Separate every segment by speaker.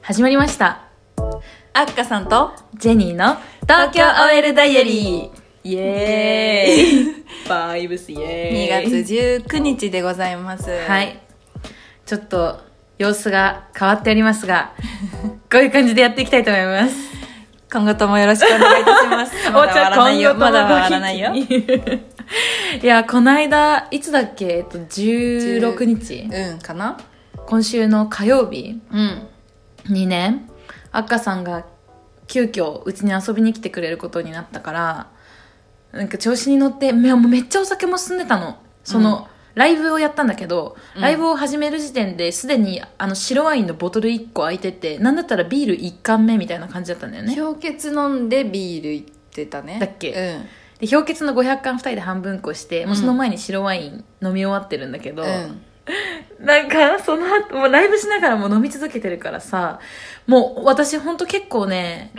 Speaker 1: 始まりました
Speaker 2: あっかさんと
Speaker 1: ジェニーの東京 OL ダイアリーイエーイバイブスイエ
Speaker 2: 2
Speaker 1: ーイ
Speaker 2: 月19日でございます
Speaker 1: はいちょっと様子が変わっております がこういう感じでやっていきたいと思います
Speaker 2: 今後ともよろしくお願いいたしますまだ終わらないよまだ終わらないようん
Speaker 1: いやこの間いつだっけ、えっと、16日
Speaker 2: かな
Speaker 1: 今週の火曜日
Speaker 2: うん
Speaker 1: にねあっかさんが急遽うちに遊びに来てくれることになったからなんか調子に乗ってめめっちゃお酒も進んでたのその、ライブをやったんだけど、
Speaker 2: うん
Speaker 1: ライブを始める時点ですでにあの白ワインのボトル1個空いててなんだったらビール1缶目みたいな感じだったんだよね
Speaker 2: 氷結飲んでビール行ってたね
Speaker 1: だっけ
Speaker 2: うん
Speaker 1: で氷結の500缶2人で半分こしてもうその前に白ワイン飲み終わってるんだけど、
Speaker 2: うん
Speaker 1: なんかその後もうライブしながらも飲み続けてるからさもう私ほんと結構 ね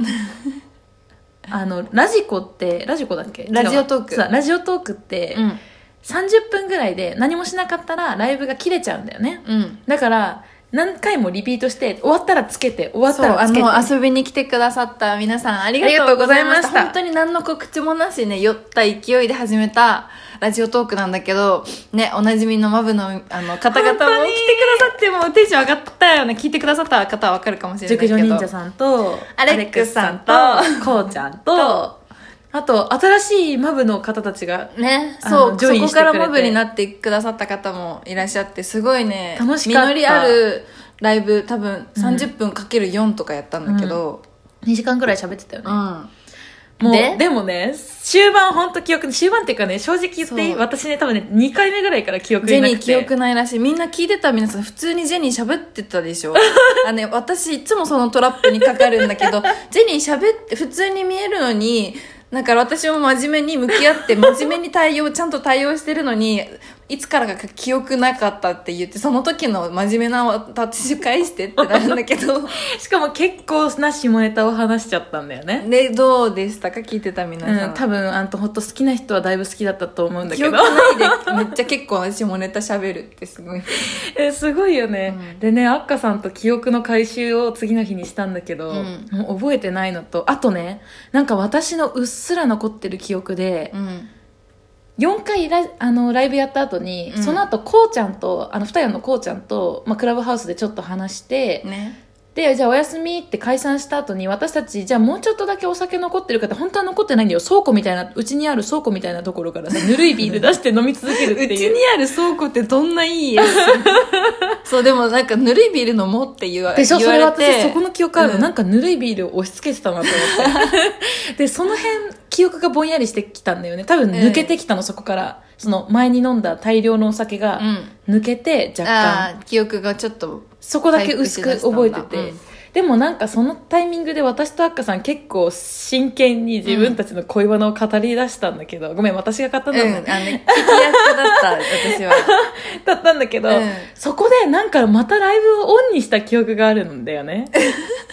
Speaker 1: あのラジコってラジコだっけ
Speaker 2: ラジオトーク
Speaker 1: 違うわそうラジオトークって、
Speaker 2: うん
Speaker 1: 30分ぐらいで何もしなかったらライブが切れちゃうんだよね
Speaker 2: うん
Speaker 1: だから何回もリピートして終わったらつけて終わっ
Speaker 2: そ
Speaker 1: た
Speaker 2: う
Speaker 1: ら
Speaker 2: あ
Speaker 1: つけて
Speaker 2: の遊びに来てくださった皆さんあり
Speaker 1: あり
Speaker 2: が
Speaker 1: が
Speaker 2: と
Speaker 1: と
Speaker 2: う
Speaker 1: うご
Speaker 2: ござ
Speaker 1: ざ
Speaker 2: い
Speaker 1: い
Speaker 2: ま
Speaker 1: ま
Speaker 2: し
Speaker 1: したた
Speaker 2: 本当に何の告知もなしね酔った勢いで始めたラジオトークなんだけどねおなじみのマブのあの方々も来てくだ
Speaker 1: 本当に
Speaker 2: さってもうテンション上がったよね聞いてくださった方はわかるかもしれない
Speaker 1: 熟
Speaker 2: けど
Speaker 1: 女忍者さんと
Speaker 2: アレックスさんと
Speaker 1: アレックスさんとこうちゃん
Speaker 2: と
Speaker 1: とあと新しいマブの方たちが
Speaker 2: ね
Speaker 1: あの
Speaker 2: そう
Speaker 1: ジョ
Speaker 2: そ
Speaker 1: イン
Speaker 2: こ
Speaker 1: してくれて
Speaker 2: からマブになってくださった方もいらっしゃってすごいね
Speaker 1: 楽しかった
Speaker 2: 実りあるライブ多分30分かける4とかやったんだけど
Speaker 1: 2時間ぐらい喋ってたよね
Speaker 2: うん
Speaker 1: もう
Speaker 2: で
Speaker 1: でもね終盤本当記憶終盤っていうかね正直言っていい
Speaker 2: そう
Speaker 1: 私ね多分ね2回目ぐらいから記憶
Speaker 2: ジ
Speaker 1: に
Speaker 2: ェ
Speaker 1: な
Speaker 2: ニ
Speaker 1: く
Speaker 2: ー
Speaker 1: て
Speaker 2: 記憶ないらしいみんな聞いてた皆さん普通にジェニー喋ってた でしょあのね私いつもそのトラップにかかるんだ けどジェニー喋って普通に見えるのにだから私も真面目に向き合って真面目に対応ちゃんと対応してるのにいつからか記憶なかったって言ってその時の真面目な私返してってなるんだ けど
Speaker 1: しかも結構な下ネタを話しちゃったんだよね
Speaker 2: でどうでしたか聞いてた皆さ、
Speaker 1: うんん多分あんとほんと好きな人はだいぶ好きだったと思うんだ
Speaker 2: 記
Speaker 1: け
Speaker 2: 憶
Speaker 1: ど
Speaker 2: ないでめっちゃ結構私もネタ喋るってすごい
Speaker 1: えすごいよね、
Speaker 2: うん
Speaker 1: でねあっかさんと記憶の回収を次の日にしたんだけど、
Speaker 2: うん
Speaker 1: もう覚えてないのとあとねなんか私のうっすら残ってる記憶で、
Speaker 2: うん
Speaker 1: 4回ラあのライブやった後に、
Speaker 2: うん
Speaker 1: その後こうちゃんとあの二人のこうちゃんと、まあ、クラブハウスでちょっと話して、
Speaker 2: ね
Speaker 1: でじゃあお休みって解散した後に私たちじゃあもうちょっとだけお酒残ってる方本当は残ってないんだよ倉庫みたいなうちにある倉庫みたいなところ からさぬるいビール出して飲み続けるって
Speaker 2: うち
Speaker 1: いう
Speaker 2: にある倉庫ってどんないいやつ そうでもなんかぬるいビール飲もうって言わ
Speaker 1: でしょ
Speaker 2: 言
Speaker 1: そ
Speaker 2: わ
Speaker 1: れ
Speaker 2: れ
Speaker 1: 私
Speaker 2: て
Speaker 1: そこの記憶あるの、
Speaker 2: うん
Speaker 1: なんかぬるいビールを押し付けてたなと思って でその辺記憶がぼんやりしてきたんだよね多分抜けてきたの、そこからその前に飲んだ大量のお酒が抜けて
Speaker 2: うん、
Speaker 1: 若干、
Speaker 2: ああ記憶がちょっと
Speaker 1: そこだけ薄く覚えてて、
Speaker 2: うん
Speaker 1: でもなんかそのタイミングで私とあっかさん結構真剣に自分たちの恋バナを語り出したんだけど、ごめん私が語った
Speaker 2: うんん
Speaker 1: だ
Speaker 2: あ
Speaker 1: も
Speaker 2: の
Speaker 1: ん
Speaker 2: 聞
Speaker 1: ね
Speaker 2: き役だった私は、
Speaker 1: だったんだけど、
Speaker 2: うん
Speaker 1: そこでなんかまたライブをオンにした記憶があるんだよね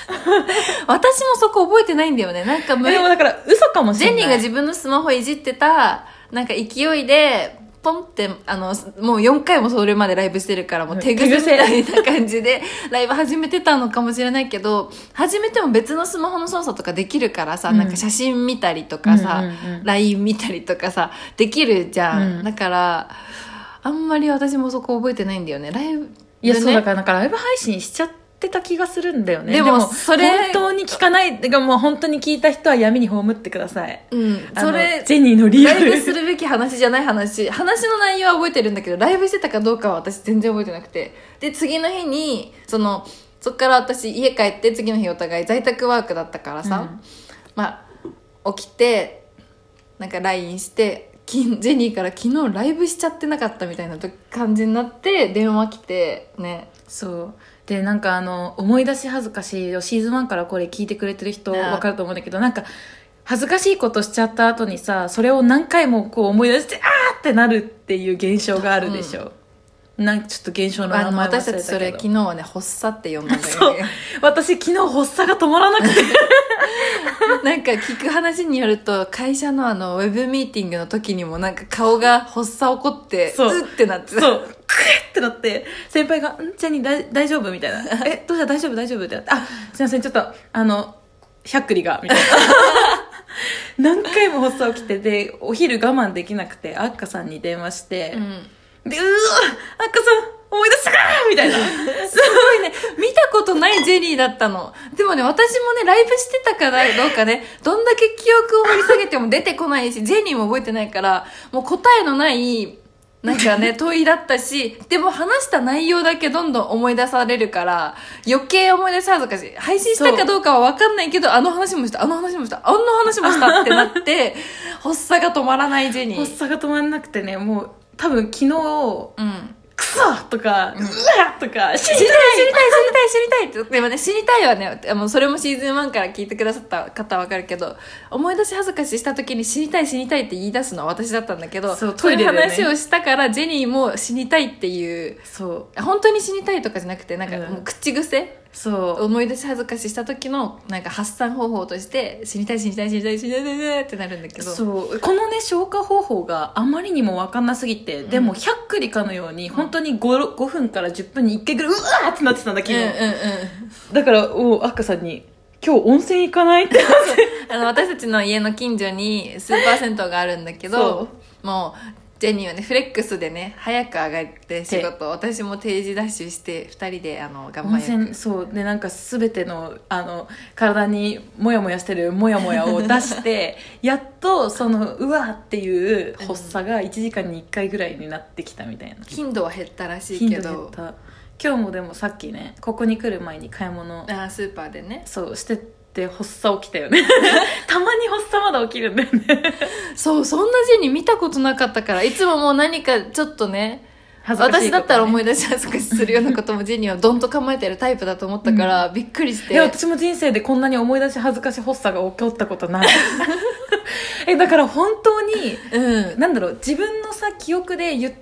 Speaker 2: 私もそこ覚えてないんだよねなんかむ
Speaker 1: でもだから嘘かもし
Speaker 2: ジ
Speaker 1: れない
Speaker 2: ェニーが自分のスマホいじってたなんか勢いでポンってあのもう4回もそれまでライブしてるからもう手癖みたいな感じでライブ始めてたのかもしれないけど始めても別のスマホの操作とかできるからさ、
Speaker 1: うん
Speaker 2: なんか写真見たりとかさ、
Speaker 1: うんうんうん
Speaker 2: LINE 見たりとかさできるじゃん、
Speaker 1: うん
Speaker 2: だからあんまり私もそこ覚えてないんだよねライブ
Speaker 1: いや、
Speaker 2: でね
Speaker 1: そうだからなんかライブ配信しちゃってた気がするんだよね
Speaker 2: でもそれ
Speaker 1: 本当に聞かないてかもう本当に聞いた人は闇に葬ってください
Speaker 2: うん
Speaker 1: あの
Speaker 2: それ
Speaker 1: ジェニーのリア
Speaker 2: ライ
Speaker 1: ル
Speaker 2: ブするべき話じゃない話話の内容は覚えてるんだけどライブしてたかどうかは私全然覚えてなくてで次の日にそのそっから私家帰って次の日お互い在宅ワークだったからさ、
Speaker 1: うん
Speaker 2: まあ起きてなんか LINE してきジェニーから「昨日ライブしちゃってなかった」みたいなと感じになって電話来てね
Speaker 1: そうでなんかあの「思い出し恥ずかしいよ」シーズン1からこれ聞いてくれてる人
Speaker 2: ね
Speaker 1: わかると思うんだけどなんか恥ずかしいことしちゃった後にさそれを何回もこう思い出して「あー!」ってなるっていう現象があるでしょ、なんかちょっと現象の名
Speaker 2: あの
Speaker 1: 前忘れ
Speaker 2: 私
Speaker 1: たけ
Speaker 2: た
Speaker 1: ど
Speaker 2: ちそれ昨日はね「発作」って呼んだんだ
Speaker 1: そ
Speaker 2: よ
Speaker 1: う
Speaker 2: ね。
Speaker 1: 私昨日発作が止まらなくて
Speaker 2: なんか聞く話によると会社のあのウェブミーティングの時にもなんか顔が発作起こって
Speaker 1: そう
Speaker 2: うってなってた
Speaker 1: そうクってなって先輩が「んジェニーだい大丈夫?」みたいな「えどうした大丈夫大丈夫?」ってなって「あすいませんちょっとあの百里が」みたいな何回も発作起きてでお昼我慢できなくてアッカさんに電話して、
Speaker 2: うん
Speaker 1: で「うわアッカさん思い出したか!」みたいな
Speaker 2: すごいね、見たことないジェリーだったの。でもね、私もね、ライブしてたからどうかね、どんだけ記憶を掘り下げても出てこないし、ジェリーも覚えてないから、もう答えのない、なん かね、問いだったし、でも話した内容だけどんどん思い出されるから、余計思い出し恥ずかしい。配信したかどうかは分かんないけど、あの話もした、あの話もした、あの話もしたってな って、発作が止まらないジェニ
Speaker 1: 発
Speaker 2: ー。
Speaker 1: 作が止まんなくてねもう多分昨日
Speaker 2: うん。
Speaker 1: 「クソ!」とか「うわ!」とか「
Speaker 2: 知りたい知りたい知りたい知
Speaker 1: 死にたい
Speaker 2: りたいってでもね知りたいはねあのそれもシーズン1から聞いてくださった方はわかるけど思い出し恥ずかしした時に知りたい知りたいって言い出すのは私だったんだけど
Speaker 1: そうトイレで
Speaker 2: そういう
Speaker 1: ね
Speaker 2: 話をしたからジェニーも死にたいっていう
Speaker 1: そう
Speaker 2: 本当に死にたいとかじゃなくてなんか
Speaker 1: うん
Speaker 2: もう口癖、
Speaker 1: そう
Speaker 2: 思い出し恥ずかしした時のなんか発散方法として死にたい死にたい死にたい死にたい死にたいってなるんだけど
Speaker 1: そうこのね消化方法があまりにも分かんなすぎて、で
Speaker 2: う
Speaker 1: も
Speaker 2: ん
Speaker 1: 100くりかのように本当に 5, 5分から10分に1回ぐらいうわーってなってたんだ昨
Speaker 2: うん
Speaker 1: 日、
Speaker 2: うんうん
Speaker 1: だからもうアッカさんに「今日温泉行かない?」 って
Speaker 2: あの私たちの家の近所にスーパー銭湯があるんだけ
Speaker 1: そ
Speaker 2: どもうジェニーはねフレックスでね早く上がって仕事私も定時ダッシュして2人であの頑
Speaker 1: 温
Speaker 2: 張り
Speaker 1: 泉そうでなんか全てのあの体にモヤモヤしてるモヤモヤを出して やっとそのうわーっていう発作が1時間に1回ぐらいになってきたみたいな、
Speaker 2: 頻度は減ったらしい
Speaker 1: 頻
Speaker 2: け
Speaker 1: 度減っ
Speaker 2: ど
Speaker 1: た今日もでもさっきねここに来る前に買い物
Speaker 2: あースーパーでね
Speaker 1: そうしてって発作起きたよね たまに発作まだ起きるんだよね
Speaker 2: そうそんなジェニー見たことなかったからいつももう何かちょっとね私だったら思
Speaker 1: い
Speaker 2: い出し恥ずかしするようなこともジェニーはどんと構えてるタイプだと思ったから、びっくりし
Speaker 1: いや
Speaker 2: て
Speaker 1: 私も人生でこんなに思い出し恥ずかし発作が起こったことない えだから本当に
Speaker 2: うん
Speaker 1: なんだろう自分のさ記憶で言っ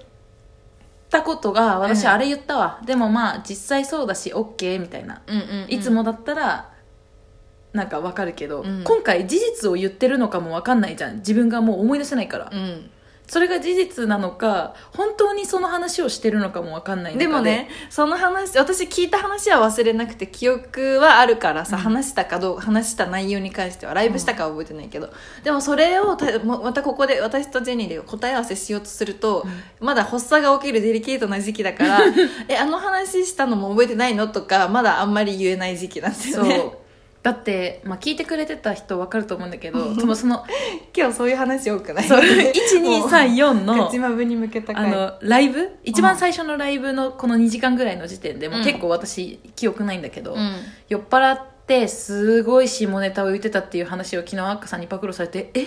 Speaker 1: たことが私
Speaker 2: うん
Speaker 1: あれ言ったわ、でもまあ実際そうだし OK みたいな
Speaker 2: うんうんうん
Speaker 1: いつもだったらなんかわかるけど、
Speaker 2: うん
Speaker 1: 今回事実を言ってるのかもわかんないじゃん自分がもう思い出せないから、
Speaker 2: うん
Speaker 1: それが事実なのか本当にその話をしてるのかもわかんない中
Speaker 2: でもねその話私聞いた話は忘れなくて記憶はあるからさ、
Speaker 1: うん
Speaker 2: 話したかどう話した内容に関してはライブしたかは覚えてないけど、でもそれをたもまたここで私とジェニーで答え合わせしようとすると、まだ発作が起きるデリケートな時期だから えあの話したのも覚えてないのとかまだあんまり言えない時期なんです
Speaker 1: そ
Speaker 2: よね
Speaker 1: うだって、まあ、聞いてくれてた人わかると思うんだけどでもそ の
Speaker 2: 今日そういう話多くない
Speaker 1: そう
Speaker 2: もう
Speaker 1: 1234の
Speaker 2: 勝ちまぶに向けた
Speaker 1: あ
Speaker 2: 回
Speaker 1: のライブ一番最初のライブのこの2時間ぐらいの時点でもう
Speaker 2: うん
Speaker 1: 結構私記憶ないんだけど、
Speaker 2: うん
Speaker 1: 酔っ払ってすごい下ネタを言ってたっていう話を昨日アッカさんにパクロされてえ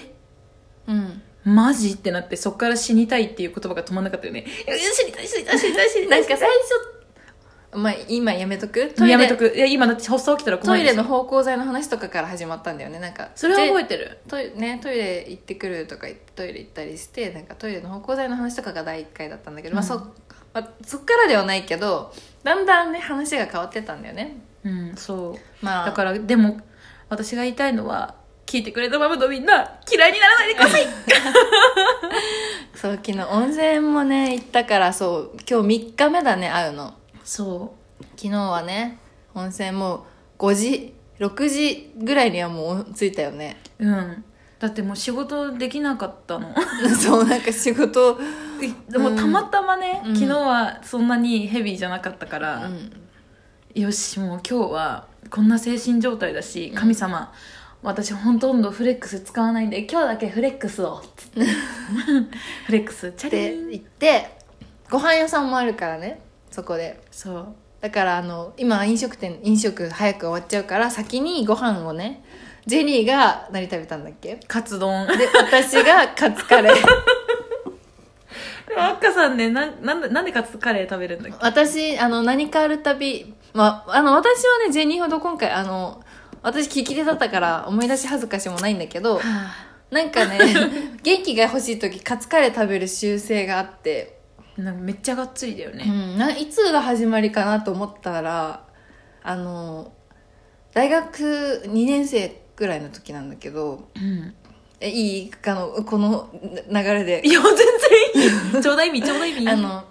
Speaker 2: うん
Speaker 1: マジってなってそっから死にたいっていう言葉が止まんなかったよねいや死にたい死にたい死にたい死にた
Speaker 2: ないんか最初まあ今やめとくトイレ
Speaker 1: やめとくいや今だって発作起きたら
Speaker 2: ト
Speaker 1: 困
Speaker 2: イ
Speaker 1: るで
Speaker 2: レ
Speaker 1: しょ
Speaker 2: の芳香剤の話とかから始まったんだよねなんか
Speaker 1: それは覚え
Speaker 2: て
Speaker 1: てる
Speaker 2: トイ,、ね、トイレ行ってくるとか言ってトイレ行ったりしてなんかトイレの芳香剤の話とかが第1回だったんだけど、まあそ
Speaker 1: うん
Speaker 2: まあ、そっからではないけどだんだんね話が変わってったんだよね
Speaker 1: うんそう
Speaker 2: まあ
Speaker 1: だからでも私が言いたいのは聞いてくれたママのみんな嫌いにならないでください
Speaker 2: そう昨日温泉もね行ったからそう今日3日目だね会うの
Speaker 1: そ
Speaker 2: 昨日はね温泉もう5時6時ぐらいにはもう着いたよね
Speaker 1: ううんだってもう仕事できなかったの
Speaker 2: そうなんか仕事、
Speaker 1: でもたまたまね、
Speaker 2: うん
Speaker 1: 昨日はそんなにヘビーじゃなかったか
Speaker 2: う
Speaker 1: ら、
Speaker 2: ん、
Speaker 1: よしもう今日はこんな精神状態だし神様、私ほとんどフレックス使わないんで今日だけフレックスを つってフレックスチャ
Speaker 2: で
Speaker 1: リーン
Speaker 2: 行ってご飯屋さんもあるからねそこで
Speaker 1: そう
Speaker 2: だからあの今飲食店飲食早く終わっちゃうから先にご飯をねジェニーが何食べたんだっけ
Speaker 1: カツ丼
Speaker 2: で私がカツカレ ー
Speaker 1: でもアッカさんねなんなんでなんでカツカレー食べるんだっけ
Speaker 2: 私あの何かあるたび、まあ、あの私はねジェニーほど今回あの私聞き手だったから思い出し恥ずかしもないんだけどなんか ね元気が欲しい時カツカレー食べる習性があって
Speaker 1: なんかめっちゃがっつりだよ
Speaker 2: う
Speaker 1: ね、
Speaker 2: ん、ないつが始まりかなと思ったらあの大学2年生ぐらいの時なんだけど
Speaker 1: うん
Speaker 2: えいいあのこのな流れで
Speaker 1: いや全然いいちょうだい意味ちょうだい意味
Speaker 2: あの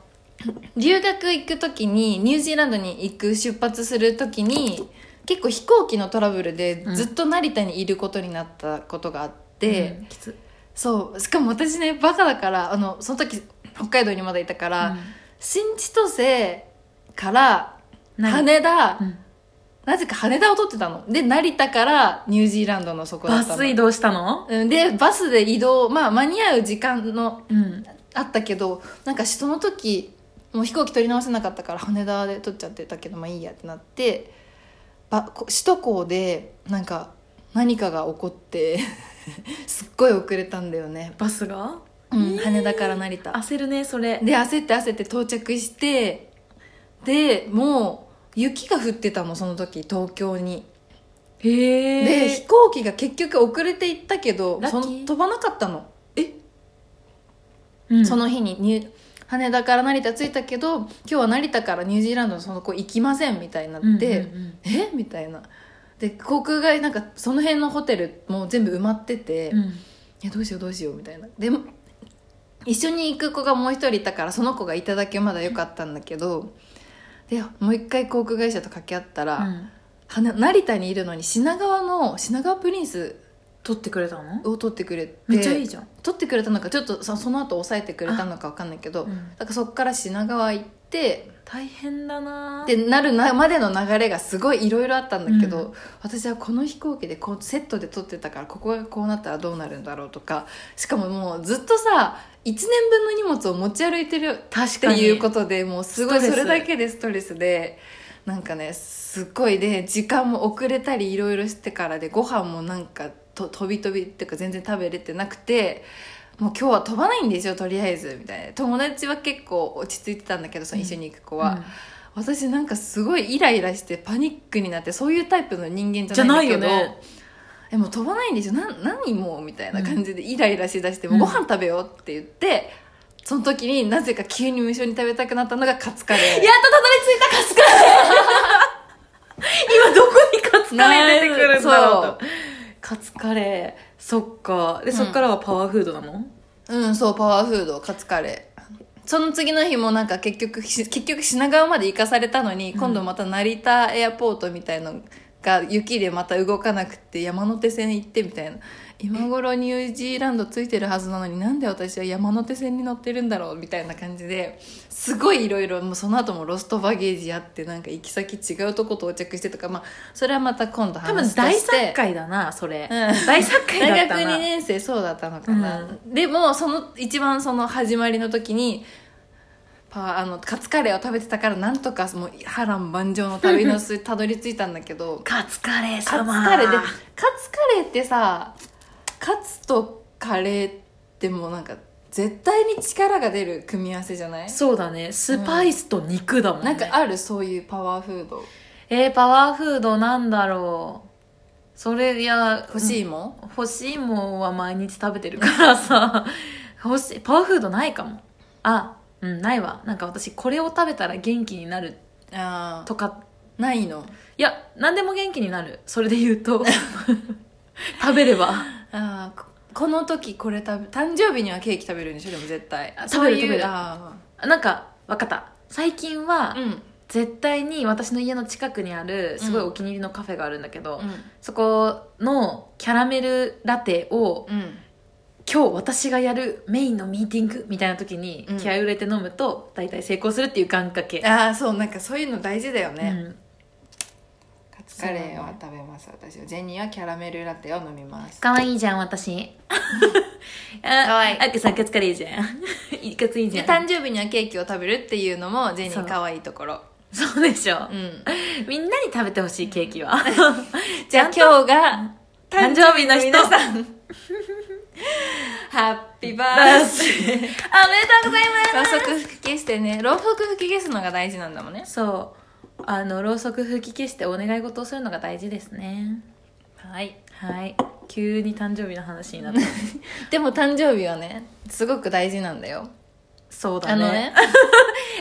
Speaker 2: 留学行く時にニュージーランドに行く出発する時に結構飛行機のトラブルで
Speaker 1: うん
Speaker 2: ずっと成田にいることになったことがあって、
Speaker 1: うんきつ
Speaker 2: そうしかも私ねバカだからあのその時北海道にまだいたから、新千歳から
Speaker 1: 何
Speaker 2: 羽田、
Speaker 1: うん
Speaker 2: なぜか羽田を取ってたので成田からニュージーランドのそこだ
Speaker 1: バ
Speaker 2: ったの
Speaker 1: ス移動したの
Speaker 2: うんでバスで移動まあ間に合う時間の
Speaker 1: うん
Speaker 2: あったけどなんかその時もう飛行機取り直せなかったから羽田で取っちゃってたけどまあいいやってなってばこ首都高でなんか何かが起こって すっごい遅れたんだよね、
Speaker 1: バスが
Speaker 2: うん、羽田から成田
Speaker 1: 焦るねそれ
Speaker 2: で焦って焦って到着してでもう雪が降ってたのその時東京に
Speaker 1: へ
Speaker 2: で
Speaker 1: え
Speaker 2: 飛行機が結局遅れていったけど
Speaker 1: ラッキ
Speaker 2: そ
Speaker 1: ー
Speaker 2: の飛ばなかったの
Speaker 1: で
Speaker 2: その日に入羽田から成田着いたけど今日は成田からニュージーランドのその子行きませんみたいになって、えみたいなで航空会なんかその辺のホテルもう全部埋まってて、いやどうしようどうしようみたいなでも一緒に行く子がもう一人いたからその子がいただけまだよかったんだけどでもう一回航空会社と掛け合ったら、羽成田にいるのに品川の品川プリンス
Speaker 1: 取ってくれたの
Speaker 2: を取ってくれて
Speaker 1: めっちゃいいじゃん
Speaker 2: 取ってくれたのかちょっとそその後抑えてくれたのか分かんないけど、
Speaker 1: うん
Speaker 2: だからそっから品川行って
Speaker 1: 大変だな
Speaker 2: でなるなまでの流れがすごいいろいろあったんだけど、
Speaker 1: う
Speaker 2: 私はこの飛行機でこうセットで撮ってたからここがこうなったらどうなるんだろうとかしかももうずっとさ1年分の荷物を持ち歩いてる
Speaker 1: 確
Speaker 2: って
Speaker 1: かに
Speaker 2: いうことでもうすごい
Speaker 1: ストレ
Speaker 2: そ
Speaker 1: ス
Speaker 2: れだけでストレスでなんかねすっごいで時間も遅れたりいろいろしてからでご飯もなんかと飛び飛びっていうか全然食べれてなくて。もう今日は飛ばないんですよとりあえずみたいな友達は結構落ち着いてたんだけどその一緒に行く子は、私なんかすごいイライラしてパニックになってそういうタイプの人間じゃないんだけど
Speaker 1: じゃないよね
Speaker 2: えもう飛ばないんでしょな何もうみたいな感じでイライラしだして、もうご飯食べようって言ってその時になぜか急に無償に食べたくなったのがカツカレー
Speaker 1: やっとたどり着いたカツカレー今どこにカツカレー出てくるんだろうとカツカレーそっかで
Speaker 2: うん
Speaker 1: そっからはパワーフードなの
Speaker 2: うんそうパワーフードカツカレーその次の日もなんか結局し結局品川まで行かされたのに、今度また成田エアポートみたいのが雪でまた動かなくて山手線行ってみたいな今頃ニュージーランド着いてるはずなのになんで私は山手線に乗ってるんだろうみたいな感じですごいいろいろもうその後もロストバゲージあってなんか行き先違うとこ到着してとかまあそれはまた今
Speaker 1: 多
Speaker 2: 度
Speaker 1: 分
Speaker 2: 話と
Speaker 1: 大
Speaker 2: して
Speaker 1: 作会だなそれ
Speaker 2: うん
Speaker 1: 大作会だ
Speaker 2: 大
Speaker 1: っ
Speaker 2: 学
Speaker 1: た
Speaker 2: 2
Speaker 1: な
Speaker 2: 年生そうだったのかな、でもその一番その始まりの時にパあのカツカレーを食べてたからなんとかもう波乱万丈の旅の末たどり着いたんだけど
Speaker 1: カツカレー
Speaker 2: カツ
Speaker 1: 様
Speaker 2: カレーでカツカレーってさカツとカレーってもうなんか絶対に力が出る組み合わせじゃない
Speaker 1: そうだねスパイスと肉だもんね
Speaker 2: なんかあるそういうパワーフード
Speaker 1: えー、パワーフードなんだろうそれいや
Speaker 2: 欲しいも
Speaker 1: 欲しいもんは毎日食べてるからさ 欲しいパワーフードないかもあうんないわなんか私これを食べたら元気になる
Speaker 2: ん、あ
Speaker 1: とか
Speaker 2: ーないの
Speaker 1: いや何でも元気になるそれで言うと 食べれば
Speaker 2: ああここの時これ食べ誕生日にはケーキ食べるんでしょでも絶対
Speaker 1: あ
Speaker 2: そういう
Speaker 1: 食べる食べる
Speaker 2: あ
Speaker 1: なんかわかった最近は
Speaker 2: あうん、
Speaker 1: 絶対に私の家の近くにあるすごいお気に入りのカフェがあるんだけど、
Speaker 2: う
Speaker 1: そこのキャラメルラテを
Speaker 2: ん
Speaker 1: 今日私がやるメインのミーティングみたいな時に
Speaker 2: うん
Speaker 1: 気合を入れて飲むと大体成功するっていう願掛け、
Speaker 2: ああそうなんかそういうの大事だよね、
Speaker 1: うん
Speaker 2: カツカレーは食べます私はジェニーはキャラメルラテを飲みます
Speaker 1: かわいいじゃん私 か
Speaker 2: かわいい
Speaker 1: あっけさんカツカレーじゃん いかついじ
Speaker 2: で
Speaker 1: ゃん
Speaker 2: 誕生日にはケーキを食べるっていうのもジェニ
Speaker 1: そう
Speaker 2: ー可愛いところ
Speaker 1: そうでしょ、
Speaker 2: うん
Speaker 1: みんなに食べてほしいケー キは
Speaker 2: じゃあ今日が
Speaker 1: 誕生日の人
Speaker 2: 皆さん ハッピーバース
Speaker 1: あお
Speaker 2: デー
Speaker 1: めでとうございます
Speaker 2: ろうそく吹き消してねろうそく吹き消すのが大事なんだもんね
Speaker 1: そうあのろうそく吹き消してお願い事をするのが大事ですね
Speaker 2: はい
Speaker 1: はい急に誕生日の話になった
Speaker 2: でも誕生日はねすごく大事なんだよ
Speaker 1: そうだ
Speaker 2: あ
Speaker 1: ね
Speaker 2: のね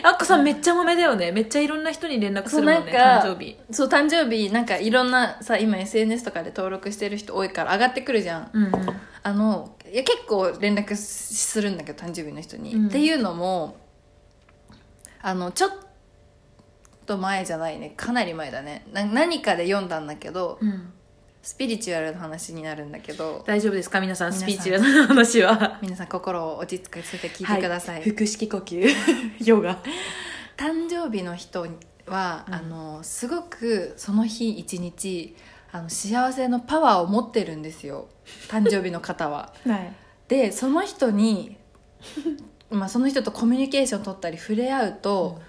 Speaker 1: あっこさんめっちゃ豆だよねめっちゃいろんな人に連絡す
Speaker 2: そう
Speaker 1: るも
Speaker 2: なんん
Speaker 1: ね
Speaker 2: か
Speaker 1: 誕生日
Speaker 2: そう誕生日なんかいろんなさ今 SNS とかで登録してる人多いから上がってくるじゃん
Speaker 1: うんうん
Speaker 2: あのいや結構連絡するんだけど誕生日の人に、
Speaker 1: うん
Speaker 2: っていうのもあのちょっと前じゃないねかなり前だねな何かで読んだんだけど
Speaker 1: うん、
Speaker 2: スピリチュアルの話になるんだけど
Speaker 1: 大丈夫ですか皆さん
Speaker 2: 皆
Speaker 1: ス
Speaker 2: さん
Speaker 1: ピーチュアルの話は
Speaker 2: 皆さん心を落ち着かせて聞いてください、
Speaker 1: は腹式呼吸 ヨガ
Speaker 2: 誕生日の人は、
Speaker 1: うん
Speaker 2: あのすごくその日一日あの幸せのパワーを持ってるんですよ誕生日の 方は
Speaker 1: はい
Speaker 2: でその人に まあその人とコミュニケーション取ったり触れ合うと、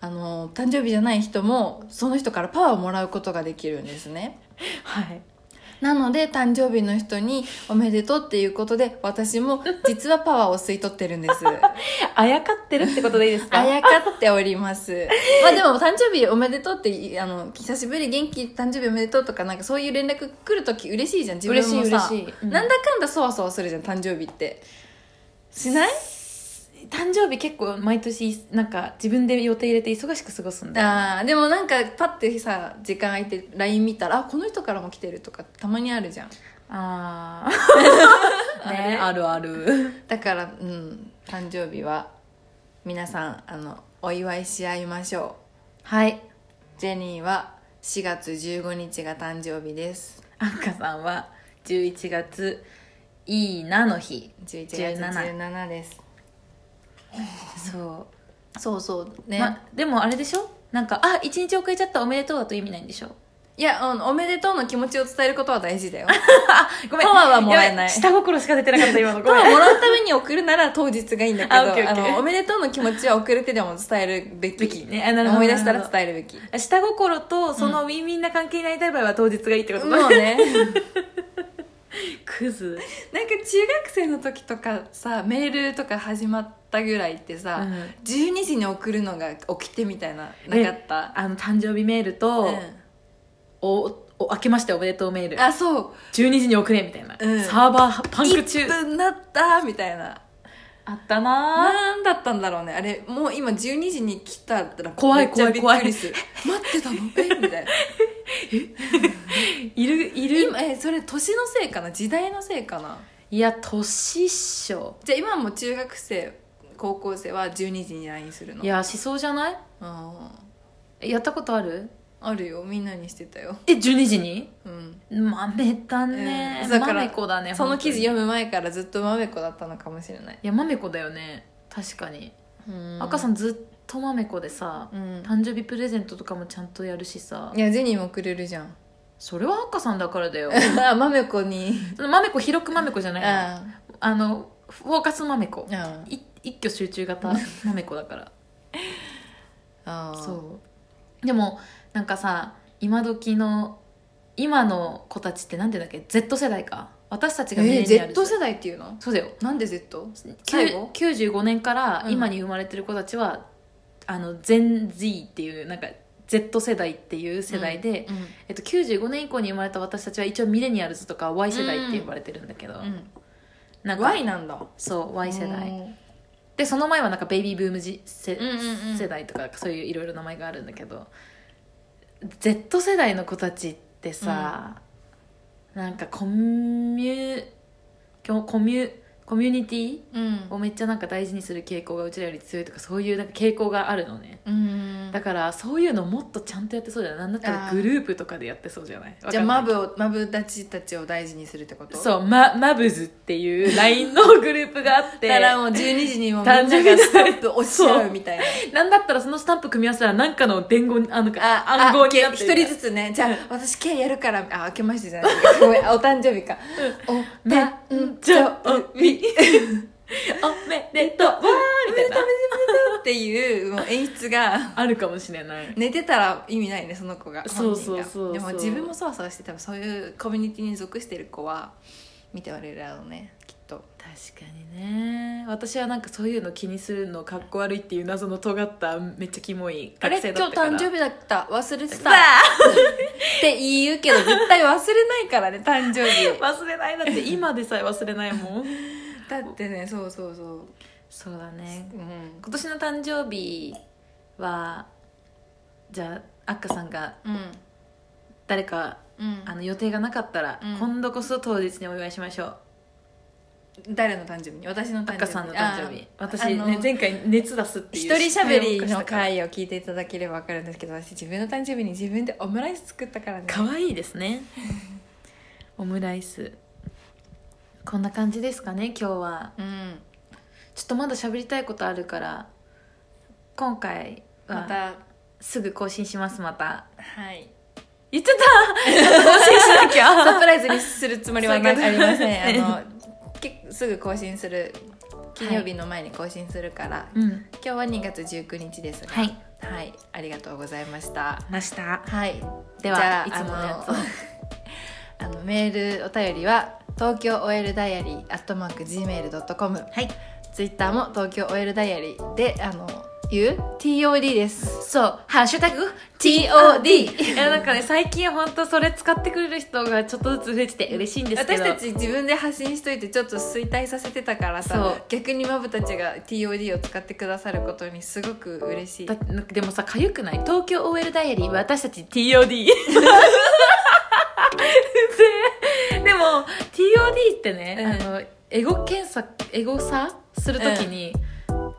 Speaker 2: あの誕生日じゃない人もその人からパワーをもらうことができるんですね
Speaker 1: はい
Speaker 2: なので誕生日の人に「おめでとう」っていうことで私も実はパワーを吸い取ってるんです
Speaker 1: あやかってるってことでいいですか
Speaker 2: あやかっております まあでも誕生日おめでとうってあの久しぶり元気誕生日おめでとうとかなんかそういう連絡来るとき嬉しいじゃん自分もさ
Speaker 1: 嬉しい嬉しいうん
Speaker 2: なんだかんだそわそわするじゃん誕生日ってしない
Speaker 1: 誕生日結構毎年なんか自分で予定入れて忙しく過ごすんだ
Speaker 2: あーでもなんかパッてさ時間空いて LINE 見たらあこの人からも来てるとかたまにあるじゃん
Speaker 1: あ あ
Speaker 2: ね
Speaker 1: あるある
Speaker 2: だからうん誕生日は皆さんあのお祝いし合いましょ
Speaker 1: はい
Speaker 2: いうジェニーは4月15日が誕生日です
Speaker 1: あっかさんは11月いいなの日
Speaker 2: 11月
Speaker 1: 17
Speaker 2: 17です
Speaker 1: そ
Speaker 2: そうそう
Speaker 1: う、
Speaker 2: ね、
Speaker 1: ま、でもあれでしょなんかあ一日遅れちゃったおめでとうだと意味ないんでしょ
Speaker 2: いやあのおめでとうの気持ちを伝えることは大事 だよ
Speaker 1: ごめん
Speaker 2: パワーはもらえな
Speaker 1: やば
Speaker 2: い
Speaker 1: 下心しか出てなかった今の
Speaker 2: パ
Speaker 1: ごめ
Speaker 2: ワー
Speaker 1: ん
Speaker 2: もらうために送るなら当日がいいんだ け
Speaker 1: あオッケー
Speaker 2: ど
Speaker 1: オッ
Speaker 2: あ
Speaker 1: ケー
Speaker 2: のおめでとうの気持ちは遅れてでも伝えるべき
Speaker 1: べきねあなるほど
Speaker 2: 思い出したら伝えるべき
Speaker 1: 下心とそのウィンウィンな関係になりたい場合は当日がいいってことだ、
Speaker 2: もうね
Speaker 1: クズ
Speaker 2: なんか中学生の時とかさメールとか始まったぐらいってさ、
Speaker 1: うん
Speaker 2: 12時に送るのが起きてみたいななかった、
Speaker 1: あの誕生日メールと、おお明けましておめでとうメー
Speaker 2: う
Speaker 1: ル
Speaker 2: んあそう
Speaker 1: 12時に送れみたいな、
Speaker 2: うん
Speaker 1: サーバーパンク中
Speaker 2: 1分なったみたいな
Speaker 1: あったなぁ
Speaker 2: なんだったんだろうねあれもう今12時に来たら
Speaker 1: 怖い怖い怖い
Speaker 2: めっちゃびっくりする 待ってたのえみたいない
Speaker 1: るいる
Speaker 2: 今えそれ年のせいかな時代のせいかない
Speaker 1: や年っしょ
Speaker 2: じゃあ今も中学生高校生は12時に LINE するの
Speaker 1: いやしそうじゃない
Speaker 2: うん
Speaker 1: えやったことある
Speaker 2: あるよみんなにしてたよ
Speaker 1: え12時に
Speaker 2: うん
Speaker 1: 豆だね、
Speaker 2: うんだから
Speaker 1: 豆子だね
Speaker 2: その記事
Speaker 1: む
Speaker 2: 読む前からずっとまめこだったのかもしれない
Speaker 1: いや豆子だよね確かに、赤さ
Speaker 2: ん
Speaker 1: んずっと豆子でさ、
Speaker 2: うん
Speaker 1: 誕生日プレゼントとかもちゃんとやるしさ
Speaker 2: いやジェニーもくれるじゃん
Speaker 1: それは赤さんだからだよ
Speaker 2: あまめこに
Speaker 1: 豆子広く豆子じゃ
Speaker 2: う
Speaker 1: なんいのあのフォーカス豆子
Speaker 2: うん
Speaker 1: い一挙集中型豆子だから
Speaker 2: あそう
Speaker 1: そうでもなんかさ今時の今の子たちってなんていうんだっけ Z 世代か私たちがミレ
Speaker 2: え
Speaker 1: ニアルズ
Speaker 2: Z 世代っていうの
Speaker 1: そうだよ
Speaker 2: なんで Z?
Speaker 1: きゅ
Speaker 2: 最後
Speaker 1: う95年から
Speaker 2: うん
Speaker 1: 今に生まれてる子たちは、あの ZenZ っていうなんか Z 世代っていう世代で、えっと、95年以降に生まれた私たちは一応ミレニアルズとか Y 世代って呼ばれてるんだけど、
Speaker 2: うん
Speaker 1: なんか
Speaker 2: Y なんだ
Speaker 1: そう
Speaker 2: う
Speaker 1: Y
Speaker 2: ん
Speaker 1: 世代でその前はなんかベイビーブームじせ、
Speaker 2: うんうんうん
Speaker 1: 世代とかそういういろいろ名前があるんだけど Z 世代の子たちってさ、なんかコミュきょコミュコミュニティ
Speaker 2: うん
Speaker 1: をめっちゃなんか大事にする傾向がうちらより強いとかそういうなんか傾向があるのね
Speaker 2: うん
Speaker 1: だからそういうのもっとちゃんとやってそうじゃないなんだったら
Speaker 2: あー
Speaker 1: グループとかでやってそうじゃない
Speaker 2: じゃあ
Speaker 1: わか
Speaker 2: マ
Speaker 1: んない
Speaker 2: ブをマブたちたちを大事にするってことう
Speaker 1: そう、ま、マブズっていう LINE のグループがあって
Speaker 2: だからもう12時に もみんな
Speaker 1: 誕
Speaker 2: が
Speaker 1: 生日
Speaker 2: スタンプ押しちゃうみたいな
Speaker 1: なんだったらそのスタンプ組み合わせたらなんかの伝言あの
Speaker 2: あ
Speaker 1: 暗号になって
Speaker 2: 一人ずつねじゃあ私 K やるからあ明けましてじゃないごめんお誕生日かお
Speaker 1: め
Speaker 2: たんじょ
Speaker 1: おみおめでとうわーみたいな
Speaker 2: っていうもう演出が
Speaker 1: あるかもしれない
Speaker 2: 寝てたら意味ないねその子が
Speaker 1: そう
Speaker 2: 本人が
Speaker 1: そうそうそう
Speaker 2: でも自分もそわそわして多分そういうコミュニティに属してる子は見ておれるだろうねきっと
Speaker 1: 確かにね私はなんかそういうの気にするのかっこ悪いっていう謎の尖っためっちゃキモい
Speaker 2: あれ
Speaker 1: 学生だ
Speaker 2: 今
Speaker 1: っ
Speaker 2: 日
Speaker 1: たから
Speaker 2: 誕生日だった忘れて
Speaker 1: さ
Speaker 2: た って言うけど絶対忘れないからね誕 生日
Speaker 1: あ忘れないだって今でさえ忘れないもん
Speaker 2: だってねそうそうそう、
Speaker 1: そうだね
Speaker 2: うん
Speaker 1: 今年の誕生日はじゃあアッカさんが
Speaker 2: うん
Speaker 1: 誰か
Speaker 2: うん
Speaker 1: あの予定がなかったら、
Speaker 2: うん
Speaker 1: 今度こそ当日にお祝いしましょう
Speaker 2: 誰の誕生日に私の誕生日
Speaker 1: 赤さんの誕生日
Speaker 2: あー
Speaker 1: 私
Speaker 2: あの
Speaker 1: ね前回熱出すっていう
Speaker 2: 一人しゃべり
Speaker 1: 失敗を
Speaker 2: の
Speaker 1: 犯したから
Speaker 2: 回を聞いていただければ分かるんですけど私自分の誕生日に自分でオムライス作ったからね
Speaker 1: 可愛いですねオムライスこんな感じですかね今日は
Speaker 2: うん
Speaker 1: ちょっとまだ喋りたいことあるから今回は
Speaker 2: また
Speaker 1: すぐ更新しますまた
Speaker 2: はい
Speaker 1: 言っちゃった 更新しな きゃ
Speaker 2: サプライズにするつもりはなあ
Speaker 1: そういう
Speaker 2: り
Speaker 1: こと
Speaker 2: ませ んあのけすぐ更新する金曜日の前に更新するから、
Speaker 1: うん
Speaker 2: 今日は2月19日ですが
Speaker 1: はい
Speaker 2: はい、ありがとうございました
Speaker 1: ました
Speaker 2: はい
Speaker 1: で
Speaker 2: じゃ
Speaker 1: は
Speaker 2: あ
Speaker 1: いつものやつを
Speaker 2: あのあのメールお便りは東京 OL ダイアリーアットマーク Gmail.com
Speaker 1: はい
Speaker 2: ツイッターも東京 OL ダイアリーであの言う TOD です
Speaker 1: そう「ハッシュタグ
Speaker 2: TOD
Speaker 1: いやなんかね最近本当それ使ってくれる人がちょっとずつ増えてて嬉しいんですけ
Speaker 2: 私
Speaker 1: ど
Speaker 2: たち自分で発信しといてちょっと衰退させてたから
Speaker 1: そ
Speaker 2: さ
Speaker 1: う
Speaker 2: 逆にマブたちが TOD を使ってくださることにすごく嬉しい
Speaker 1: だなんかでもさかゆくない東京 OL ダイアリー私たち TOD でも TOD ってね、
Speaker 2: うん
Speaker 1: あのエゴ検査エゴさするときに、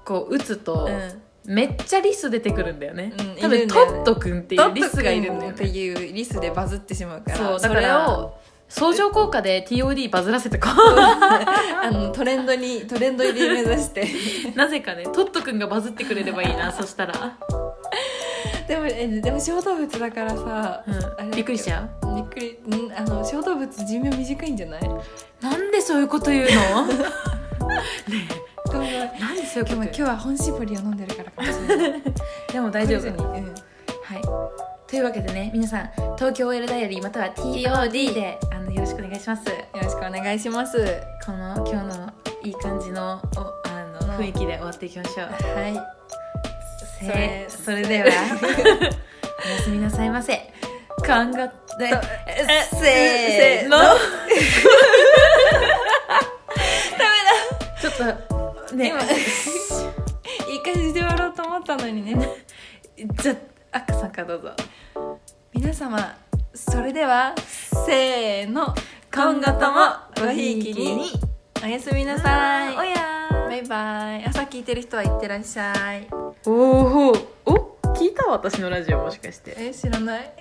Speaker 1: こう打つと、
Speaker 2: うん
Speaker 1: めっちゃリス出てくるんだよね、
Speaker 2: うん
Speaker 1: 多
Speaker 2: い
Speaker 1: 分
Speaker 2: るん
Speaker 1: ト
Speaker 2: だよね
Speaker 1: ットくんってい
Speaker 2: ド
Speaker 1: う
Speaker 2: ッ
Speaker 1: リス
Speaker 2: ト
Speaker 1: が
Speaker 2: が
Speaker 1: い
Speaker 2: い
Speaker 1: る
Speaker 2: る
Speaker 1: んだよ
Speaker 2: っ
Speaker 1: ね
Speaker 2: ていうリスでバズってしまうから
Speaker 1: そうだ
Speaker 2: そ
Speaker 1: か
Speaker 2: れ
Speaker 1: ら
Speaker 2: を
Speaker 1: 相乗効果で TOD バズらせてこ
Speaker 2: あのトレンドにトレンド入り目指して
Speaker 1: うなぜかねトットくんがバズってくれればいい なそしたら、
Speaker 2: でもえでも小動物だからさ、
Speaker 1: うん
Speaker 2: あれ
Speaker 1: びっくりしちゃう
Speaker 2: びっくりんあの小動物寿命短いんじゃない
Speaker 1: なんでそういうこと言うの
Speaker 2: ごめんごめん
Speaker 1: なんでそういうこと
Speaker 2: 今日
Speaker 1: 言う
Speaker 2: 今日は本絞りを飲んでるからかもしれない
Speaker 1: でも大丈
Speaker 2: 懲り
Speaker 1: 夫
Speaker 2: ずにうん
Speaker 1: はい。というわけでね、皆さん、東京 OL ダイアリーまたは TOD であのよろしくお願いします。
Speaker 2: よろしくお願いしますは
Speaker 1: この今日のいい感じのおあの
Speaker 2: うん
Speaker 1: 雰囲気で終わっていきましょう。
Speaker 2: い
Speaker 1: せ
Speaker 2: それ
Speaker 1: それでは、おやすみなさいませ。感が、で
Speaker 2: せーの
Speaker 1: ダメだ。ちょっと、ね、
Speaker 2: いい感じで終わろうと思ったのにね
Speaker 1: じゃあ、赤さんからどうぞ。
Speaker 2: 皆様それではせーの今後ともごひいきにおやすみなさい
Speaker 1: おやー。
Speaker 2: バイバイ朝聞いてる人はいってらっしゃい
Speaker 1: おおお聞いた私のラジオもしかして
Speaker 2: え知らない